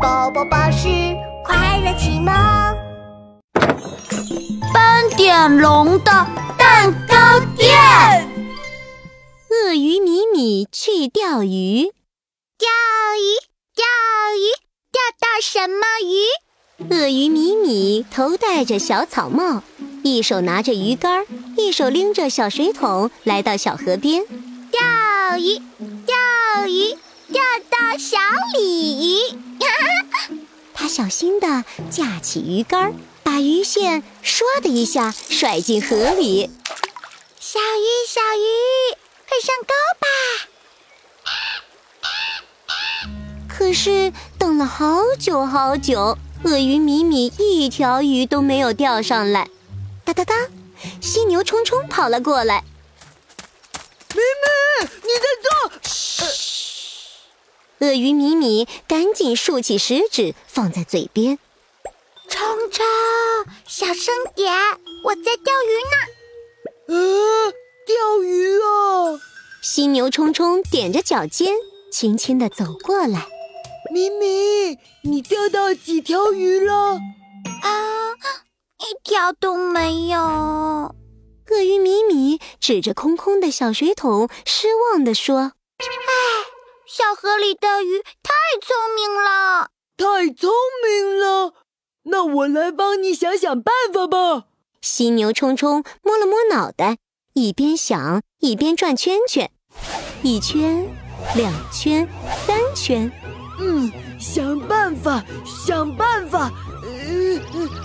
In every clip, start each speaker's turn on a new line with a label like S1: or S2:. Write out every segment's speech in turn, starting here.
S1: 宝宝巴士快乐启蒙。
S2: 斑点龙的蛋糕店。鳄鱼米米去钓鱼，
S1: 钓鱼，钓鱼，钓到什么鱼？
S2: 鳄鱼米米头戴着小草帽，一手拿着鱼竿，一手拎着小水桶，来到小河边。
S1: 钓鱼，钓鱼，钓到小鲤鱼。
S2: 他小心地架起鱼竿，把鱼线唰的一下甩进河里。
S1: 小鱼，小鱼，快上钩吧！
S2: 可是等了好久好久，鳄鱼米米一条鱼都没有钓上来。哒哒哒，犀牛冲冲跑了过来。
S3: 明明，你在做？
S2: 呃鳄鱼米米赶紧竖起食指放在嘴边。
S1: 冲冲，小声点，我在钓鱼呢。
S3: 呃，钓鱼啊！
S2: 犀牛冲冲踮着脚尖，轻轻地走过来。
S3: 明明，你钓到几条鱼了？
S1: 啊，一条都没有。
S2: 鳄鱼米米指着空空的小水桶，失望地说
S1: 小河里的鱼太聪明了。
S3: 太聪明了，那我来帮你想想办法吧。：“
S2: 犀牛冲冲摸了摸脑袋，一边想一边转圈圈，一圈，两圈，三圈。
S3: 嗯，想办法，想办法。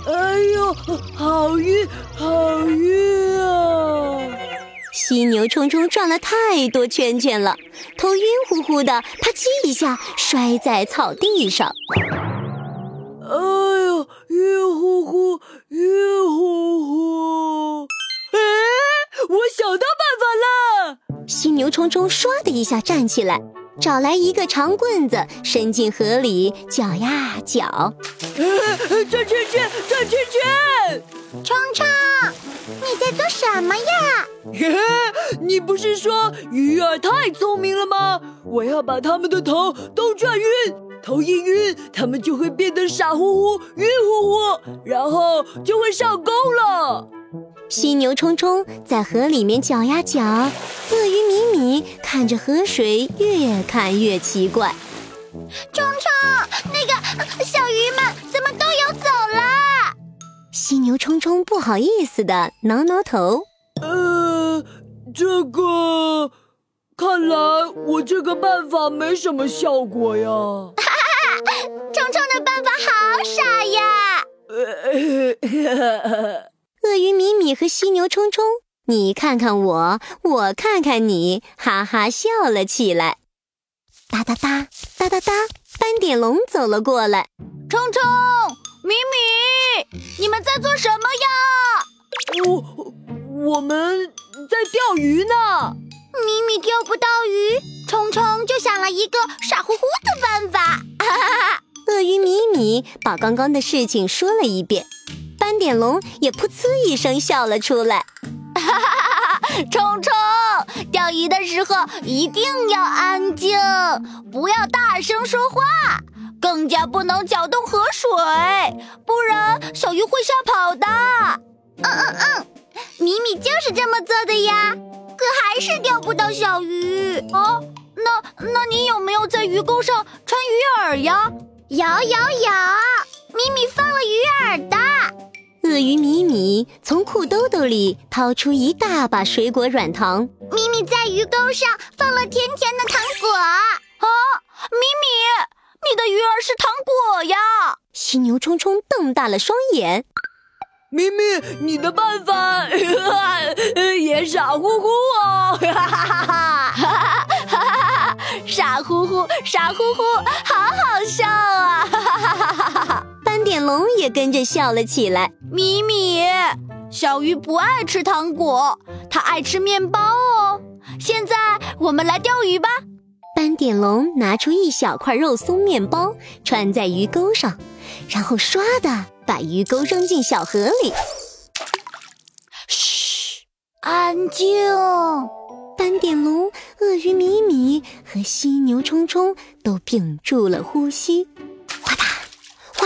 S3: 呃，呃哎呦，好晕，好晕啊！
S2: 犀牛冲冲转了太多圈圈了，头晕乎乎的，啪叽一下摔在草地上。
S3: 哎呦，晕乎乎，晕乎乎。哎，我想到办法了。
S2: 犀牛冲冲唰的一下站起来，找来一个长棍子，伸进河里搅呀搅。
S3: 呃转圈圈，转圈圈！
S1: 冲冲，你在做什么呀？
S3: 嘿嘿，你不是说鱼儿太聪明了吗？我要把它们的头都转晕，头一晕，它们就会变得傻乎乎、晕乎乎，然后就会上钩了。
S2: 犀牛冲冲在河里面搅呀搅，鳄鱼米米看着河水越看越奇怪。
S1: 冲冲，那个呃小鱼们怎么都游走了？
S2: 犀牛冲冲不好意思的挠挠头，
S3: 呃，这个，看来我这个办法没什么效果呀。
S1: 冲冲的办法好傻呀！
S3: 呃
S2: 鳄鱼米米和犀牛冲冲，你看看我，我看看你，哈哈笑了起来。哒哒哒哒哒哒，斑点龙走了过来。
S1: 冲冲、米米，你们在做什么呀？
S3: 我我们在钓鱼呢。
S1: 米米钓不到鱼，冲冲就想了一个傻乎乎的办法。
S2: 鳄鱼米米把刚刚的事情说了一遍，斑点龙也噗呲一声笑了 出来。
S1: 冲冲，钓鱼的时候一定要安静，不要大声说话，更加不能搅动河水，不然小鱼会吓跑的。嗯嗯嗯，米米就是这么做的呀，可还是钓不到小鱼。哦，那那你有没有在鱼钩上穿鱼饵呀？有有有，米米放了鱼饵的。
S2: 鳄鱼米米从裤兜兜里掏出一大把水果软糖，
S1: 米米在鱼钩上放了甜甜的糖果。啊，米米，你的鱼儿是糖果呀！
S2: 犀牛冲冲瞪大了双眼。
S3: 明明，你的办法 也傻乎乎哦，
S1: 哈哈哈哈哈！ 傻乎乎，傻乎乎，好好笑啊！哈哈哈哈哈哈！
S2: 斑点龙也跟着笑了起来。
S1: 米米，小鱼不爱吃糖果，它爱吃面包哦。现在我们来钓鱼吧。
S2: 斑点龙拿出一小块肉松面包，穿在鱼钩上，然后唰的把鱼钩扔进小河里。
S1: 安静。
S2: 斑点龙、鳄鱼米米和犀牛冲冲都屏住了呼吸，哗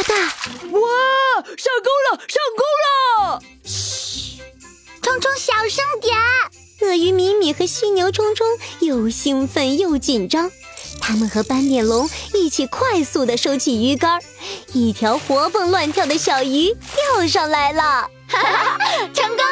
S2: 嗒大！
S3: 哇，上钩了，上钩了！
S1: 冲冲小声点，
S2: 鳄鱼米米和犀牛冲冲又兴奋又紧张，他们和斑点龙一起快速地收起鱼竿，一条活蹦乱跳的小鱼钓上来了。
S1: 成功